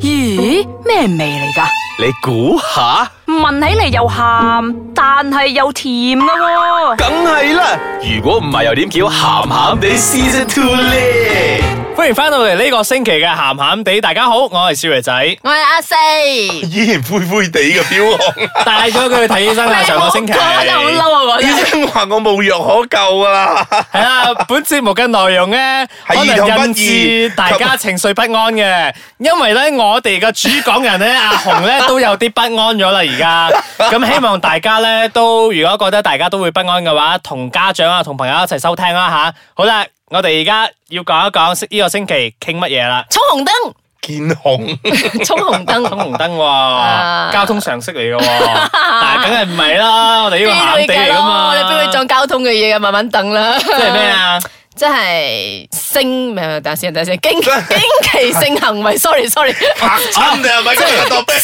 咦，咩味嚟噶？你估下，聞起嚟又鹹，但係又甜噶喎、梗係啦！如果唔係又點叫鹹鹹地 Season Two 咧？欢迎翻到嚟呢个星期嘅咸咸地，大家好，我系少爷仔， 我係阿四，你依然灰灰地嘅標紅，带咗佢去睇医生啊，上个星期 好講得好系嬲 啊！我覺醫生話我冇藥可救噶啦。啦，本节目嘅内容咧，係可兒童不宜能引致大 家情绪不安嘅，因为咧我哋嘅主讲人咧阿红咧都有啲不安咗啦，而 家咁希望大家咧都如果觉得大家都会不安嘅话，同家长啊同朋友一齐收听啦吓。好啦，我哋而家要讲一讲呢个星期倾乜嘢啦。衝紅 燈，見紅，衝紅衝燈，紅燈喎，交通常識嚟嘅 喎，但係梗係唔係啦，我哋呢個邊鹹會地嚟㗎噶咯？嘛，你邊會撞交通嘅嘢嘅？慢慢等啦。即即係咩？ 啊？即係性，唔係等下先，等下先，經經期性行為，sorry sorry，嚇親你係咪今日當兵？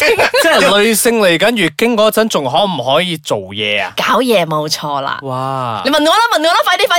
即係女性嚟緊月經嗰陣，仲可唔可以做嘢啊？搞嘢冇錯啦。哇！你問我啦，問我啦，快啲快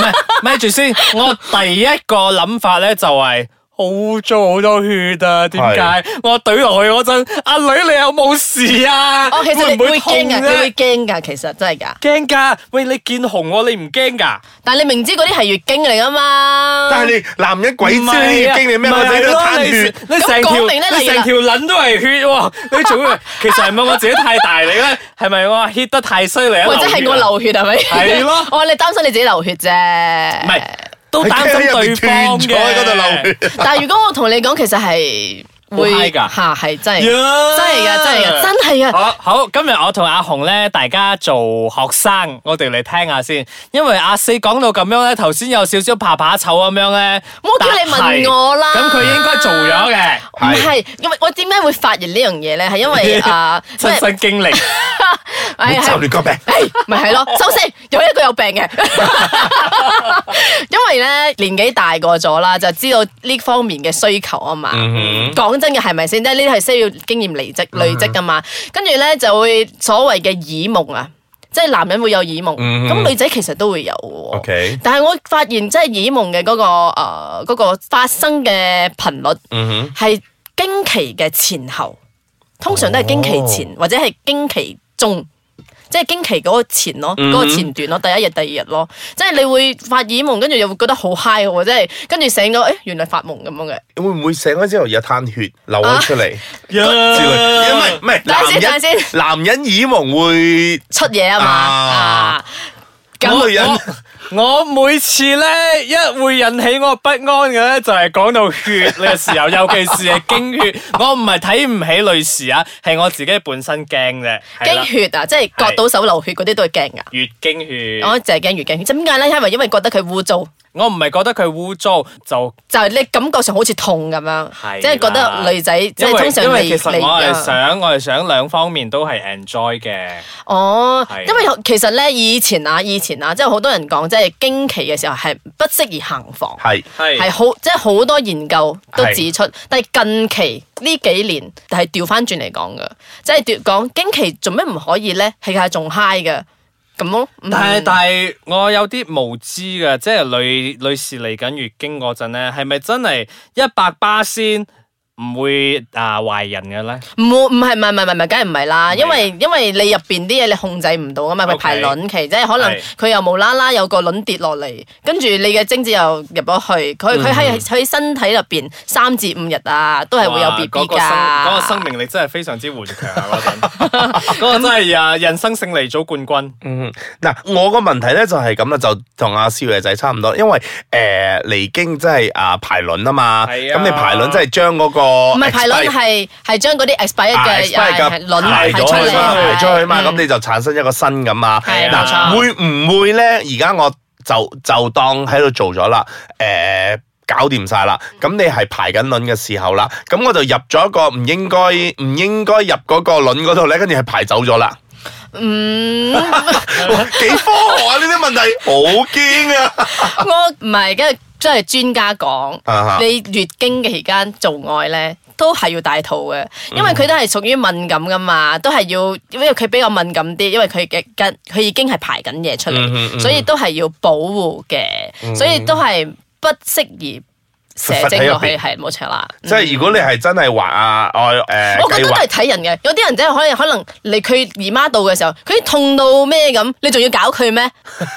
唔係，咪住先，我第一個諗法咧就係好污糟好多血啊！點解我懟落去嗰陣，阿女你有冇事啊？哦，其實會你唔會會痛驚㗎，你會咧？驚㗎，其實真係㗎。驚㗎！喂，你見紅喎，你唔驚㗎？但係你明知嗰啲係月經嚟㗎嘛？但係你男人鬼知唔你係啊經你咩？唔我係仔都咯攤你血。你成咁條講明咧你例如成啦條撚都係血喎，你做咩？其實係咪我自己太大力咧？係咪我 hit 得太犀利啊？或者係我流血係咪？係 咯我話你擔心你自己流血啫。唔唔係都擔心對方佢嘅驚喺入邊斷咗喺嗰度流血。但係如果我同你講，其實係會好 high 㗎嚇係真係，呀真係㗎，真係㗎，真係㗎。好好，今日我同阿紅咧，大家做學生，我哋嚟聽下先。因為阿四講到咁樣咧，頭先有少少爬爬臭咁樣咧，冇叫你但係問我啦咁佢應該做咗嘅，唔係，因為我點解會發現呢樣嘢咧？係 因為啊，即親係身經歷。哎你係就亂講病。哎咪係咯，收聲！有一個有病嘅， 因為咧年紀大個咗啦，就知道呢方面嘅需求啊嘛。嗯講真嘅係咪先？即係呢啲係需要經驗累積累積噶嘛。跟住咧就會所謂嘅耳夢啊，即係男人會有耳夢，咁、嗯女仔其實都會有嘅喎。 OK 但係我發現即係耳夢嘅嗰個誒嗰、個發生嘅頻率嗯係經期嘅前後，通常都係經期哦前、或者係經期中。即係經期嗰個前咯，嗯嗰、個前段咯，第一日、第二日咯，即係你會發耳夢，跟住又會覺得好 high 喎，即係跟住醒咗，誒、原來發夢咁樣嘅。哼，會唔會醒咗之後有攤血流咗出嚟？呀之 Dạ. 類因為唔係等陣先男等陣人，男人耳蒙會出嘢啊嘛，啊啊咁女咁人我每次咧一會引起我不安嘅咧，就係講到血嘅時候，尤其是係經 血。我唔係睇唔起女士啊，係我自己本身驚啫。係啦驚血啊，即係割到手流血嗰啲都係驚噶。月經血，我就係驚越驚血，點解咧？因為因為覺得佢污糟，我唔係覺得佢污糟，就就係你感覺上好似痛咁樣，係即係覺啦得女仔即因為係通常啊因為嚟其實我係嚟想我係想兩方面都係 enjoy 嘅。哦係，因為其實咧以前啊以前啊，即係好多人講即係經期嘅時候係不適宜行房。係係係好，即係好多研究都係指出，但係近期呢幾年係調翻轉嚟講嘅，即係調講經期做咩唔可以咧？係係仲 high 嘅咁咯。嗯但係但係我有啲無知嘅，即係女女士嚟緊月經嗰陣咧，係咪真係一百巴仙唔會啊懷孕嘅咧？唔會唔係唔係唔係唔係，梗係唔係啦，係因為因為你入邊啲嘢你控制唔到噶嘛，佢 OK 排卵期，即係可能係佢又無啦啦有個卵跌落嚟，跟住你嘅精子又入咗去，佢佢喺佢身體入邊三至五日啊，都係會有哇 B B 嗰個生㗎。嗰個生命力真係非常之頑 強啊！嗰陣嗰個真係啊，人生勝利組冠軍。嗯，嗱，我個問題咧就係咁啦，就同阿少爺仔差唔多，因為呃誒嚟經即係啊排卵啊嘛，係啊咁你排卵即係將嗰個唔係排卵 expire- 係係將嗰啲 expire 啊嘅 expire 係係嘅卵排排咗出去嚟嘛，係排咗去嘛，嗯咁你就產生一個新咁啊。冇係嗱，錯會唔會咧？而家我就就當喺度做咗啦，誒。搞掂晒啦，嗯咁你係排緊輪嘅時候啦，咁我就入咗一個唔應該唔應該入嗰個輪嗰度咧，跟住係排走咗啦。嗯，哇幾科學啊！呢啲問題好驚啊！我唔係，跟住即係專家講啊哈，你月經嘅期間做愛咧。都係要戴套嘅，嗯因為佢都係屬於敏感噶嘛，都係要，因為佢比較敏感啲，因為佢嘅跟佢已經係排緊嗯嗯嘢出嚟，嗯哼嗯哼嗯所以都係要保護嘅，所以都係不適宜射精落去，係冇錯啦。嗯即係如果你係真係話啊，我誒我覺計得都係劃，睇人嘅，有啲人真係可能可能你佢姨媽到嘅時候，佢痛到咩咁，你仲要搞佢咩？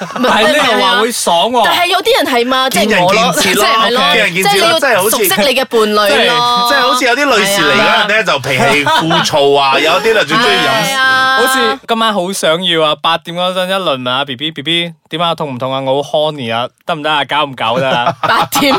但係咪呢咪個係啊話會爽喎，但係有啲人係嘛，即哦見係仁我見咯，即智係咯係咯，見仁即見係智你咯要即係好似熟悉你嘅伴侶咯，即係好似有啲女士嚟嗰人咧就脾氣枯燥啊，有啲就最中意係飲。啊，好似今晚好想要啊！八點嗰陣一輪啊，B B B B，點啊？痛唔痛啊？我好 horny 啊，得唔得啊？搞唔搞 得啊？八 點。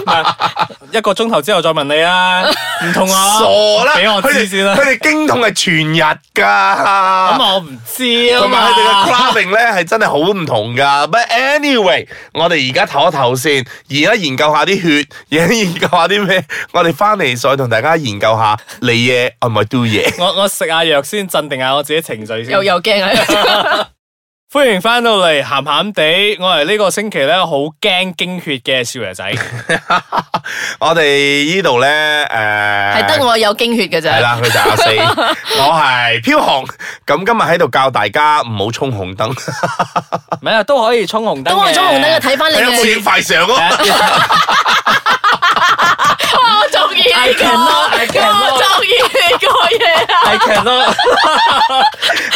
一個鐘頭之後再問你啊，唔痛啊？傻啦！俾我佢知哋先啦佢。哋經痛係全日咁㗎，我唔知啊同埋嘛佢。哋嘅 clubbing 咧係真係好唔同㗎。But anyway，我哋而家唞一唞先，而家研究下啲血，而家研究下啲咩，我哋翻嚟再同大家研究下你嘢，我唔係 do 嘢。我我食下藥先，鎮定下我自己情緒先又。又驚啊！歡迎翻到嚟，鹹鹹地，我係呢個星期咧好驚經血嘅少爺仔，我哋呢度咧，誒、係得我有經血嘅係咋，啦，佢就阿 四，我係飄紅，咁今日喺度教大家唔好衝紅燈，唔係啊都可以衝紅燈嘅。啊等我中紅燈嘅睇翻你你 有冇影嘅，快相咯？我中意呢 I cannot, I 個， cannot 我中意呢個嘢啊！係劇 咯。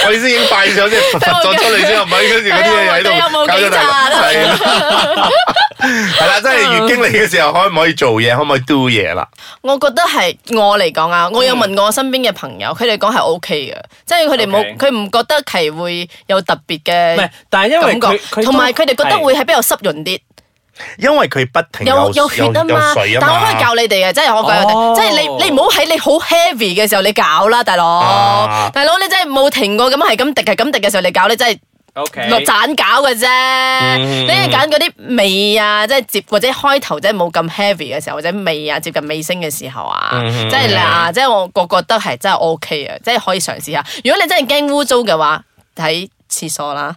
我意思影快相即係罰咗出嚟之後，唔係跟住嗰啲嘢喺睇下度我搞哋咗有冇警大察啊家， 係啦，係啦，真係月經嚟嘅時候，可唔可以做嘢？可唔可以 do 嘢啦？我覺得係我嚟講嗯啊，我有問我身邊嘅朋友，佢哋講係 O K 嘅，即係佢哋冇， OK 佢唔覺得係會有特別唔係嘅，但係因為感佢覺，同埋佢哋覺得會係比較濕潤啲。因為佢不停有有有血啊嘛，有水啊但我嘛可以教你哋嘅，即係我教你哦哋，即係你你唔好喺你好 heavy 嘅時候你搞啦，大啊佬，大佬你真係冇停過咁係咁滴係咁滴嘅時候你搞，你真係 O K。落盞搞嘅啫。嗯你係揀嗰啲尾啊，即係接或者開頭即係冇咁 heavy 嘅時候，或者尾啊接近尾聲嘅時候啊，嗯即係嗱，即係我我覺得係真係 OK 啊，即係可以嘗試下。如果你真係驚污糟嘅話，喺廁所啦，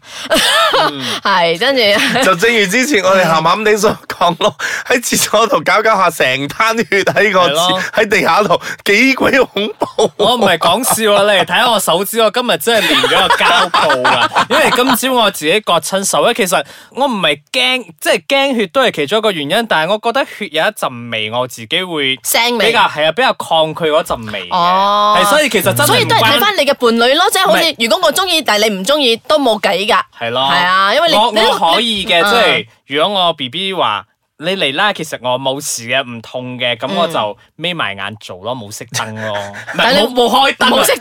嗯 係 跟住。 就正如之前我哋鹹鹹地所講咯， 喺廁所度搞搞下，成灘血喺個係咯廁喺地下度，幾鬼恐怖。我唔係講笑啊！你嚟睇下我手指，我今日真係連咗個膠布啊！因為今朝我自己割親手咧，其實我唔係驚，即係驚血都係其中一個原因，但係我覺得血有一陣味，我自己會腥味比較係啊，比較抗拒嗰陣味嘅。哦係所以其實真係所以都係睇翻你嘅伴侶咯，即係好唔係似如果我中意，但係你唔中意都冇計㗎。係咯，係啊，因為你我你我可以嘅，嗯即係如果我 B B 話。你嚟啦，其實我冇事嘅，唔痛嘅，咁嗯我就眯埋眼做咯，冇熄燈 咯，唔但係係冇你冇開燈啊，冇熄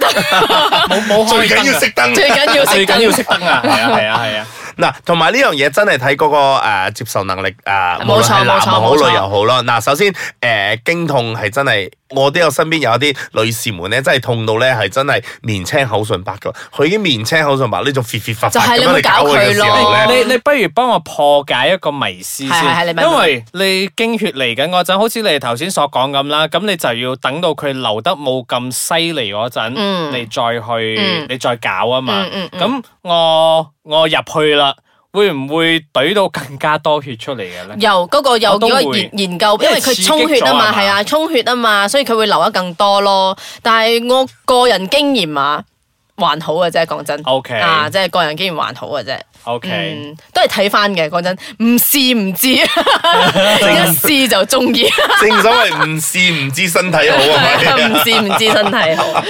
冇燈，冇開最燈啊緊要熄燈。最緊要熄最緊燈要熄燈啊！係啊係啊係啊！嗱，同埋呢樣嘢真係睇嗰個誒接受能力誒，無冇論錯係男又好冇錯女又好啦。嗱，首先誒經痛係真係，我都有身邊有一啲女士們咧，真係痛到咧係真係面青口唇白㗎。佢已經面青口唇白呢種 fit fit 發就發係咁你樣會嚟搞搞佢嘅佢時咯 候咧，你你不如幫我破解一個迷思係係係你先，問因為你經血嚟緊嗰陣，好似你頭先所講咁啦，咁你就要等到佢流得冇咁犀利嗰陣，嗯你再去嗯你再搞啊嘛嗯嗯。嗯咁我我入去啦，會唔會懟到更加多血出嚟嘅咧？有嗰個有我都會嗰個研研究，因因為為佢刺充血啊激咗啊嘛，嘛係啊，充血啊嘛，所以佢會流得更多咯。但係我個人經驗啊，還好嘅啫，講真。 OK 啊，即係個人經驗還好嘅啫。 O K，嗯，都係睇翻嘅，講真，唔試 唔知，一試就中意，正所謂唔試唔知身體好唔啊，係咪？ 試唔知身體好。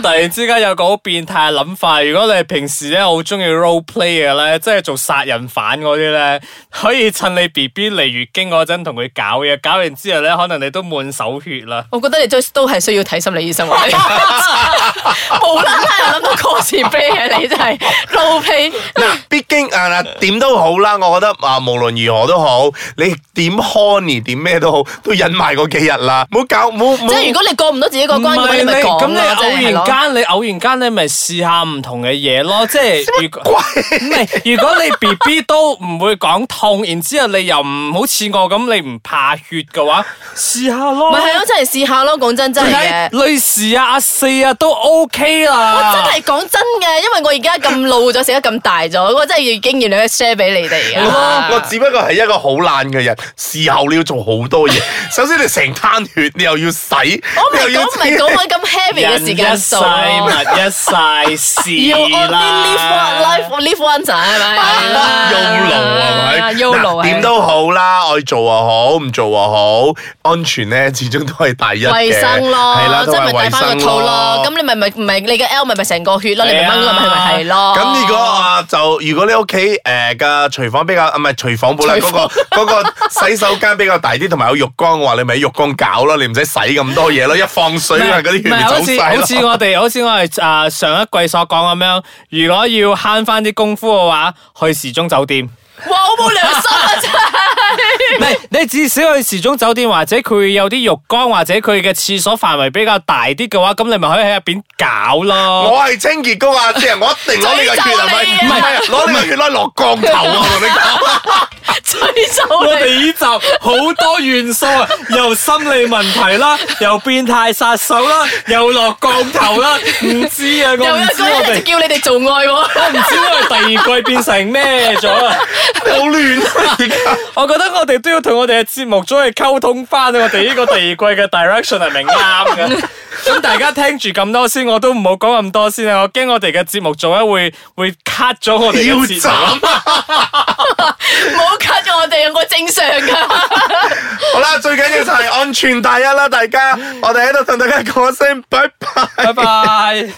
突然之間有個好變態嘅諗法，如果你係平時咧好中意 role play 嘅咧，即係做殺人犯嗰啲咧，可以趁你 B B 嚟月經嗰陣同佢搞嘢，搞完之後咧，可能你都滿手血啦。我覺得你都都係需要睇心理醫生喎，你無啦啦又諗到 cosplay 嘅你真係 low pay，嗱，畢竟啊嗱，點都好啦，我覺得啊，無論如何都好，你點 honey 點咩都好，都忍埋嗰幾日啦，唔好搞，唔好。即係如果你過唔到自己個關唔嘅話，係你咪講咁咯，即係你係偶然咯。間，你偶然間你咪試下唔同嘅嘢咯， 即係如果。唔係，如果你 B B 都唔會講痛，然之後你又唔好似我咁，你唔怕血嘅話，試下咯。咪係咯，真係試下咯，講真真係嘅。女士啊、阿四啊都 OK 啦。我真係講真嘅，因為我而家咁老咗，食得咁大咗，我真係要經驗你可以 share 俾你哋啊我我嘅。只不過係一個好懶嘅人，事後你要做好多 嘢。首先你成攤血，你又要洗，Oh 我唔你係又講要唔係講揾咁 heavy 嘅時間做咯。人一世，物一世，要 only 啦 live one life live one 陣係咪？ YOLO 係咪？ ？Yolo 嗱點都好啦，愛做又好，唔做又好，安全咧始終都係第一嘅。衞生咯係啦，，即都係係咪戴衞翻個生套咯？咁你咪咪唔係你嘅 L 咪咪成個血咯？你明唔明係咁啊咪咪係咯？咁如果啊，就如果你屋企誒嘅廚房比較啊唔係廚房本啦，嗰個嗰個洗手間比較大啲，同埋有浴缸嘅話，你咪喺浴缸搞咯，你唔使洗咁多嘢咯，一放水啊嗰啲唔係好血似就走晒好似咯。我哋好似我哋啊上一季所講咁樣，如果要慳翻啲功夫嘅話，去時鐘酒 店。哇！我冇良心啊！真係唔係，你至少去時鐘酒店或者佢有啲浴缸或者佢嘅廁所範圍比較大啲嘅話，咁你咪可以喺入邊搞咯。我係清潔工啊，即係我一定攞你個血係咪？ 唔唔係係攞你個血攞落降頭啊！我同你講。吹走我你。哋呢集好多元素啊，又心理問題啦，又變態殺手啦，又落降頭啦，唔知啊，我又唔一知個我人一直哋，叫你哋做愛喎，我唔知我哋第二季變成咩咗啊！好亂啊！而 家我覺得我哋都要同我哋嘅節目組去溝通翻，我哋呢個第二季嘅 direction 係咪啱嘅？咁大家聽住咁多先，我都唔好講咁多先啊！我驚我哋嘅節目組咧會會 cut 咗我哋嘅要節目。斬啊！唔好 cut 我哋，我正常噶。好啦，最緊要就係安全第一啦，大家，我哋喺度同大家講聲拜拜。拜拜。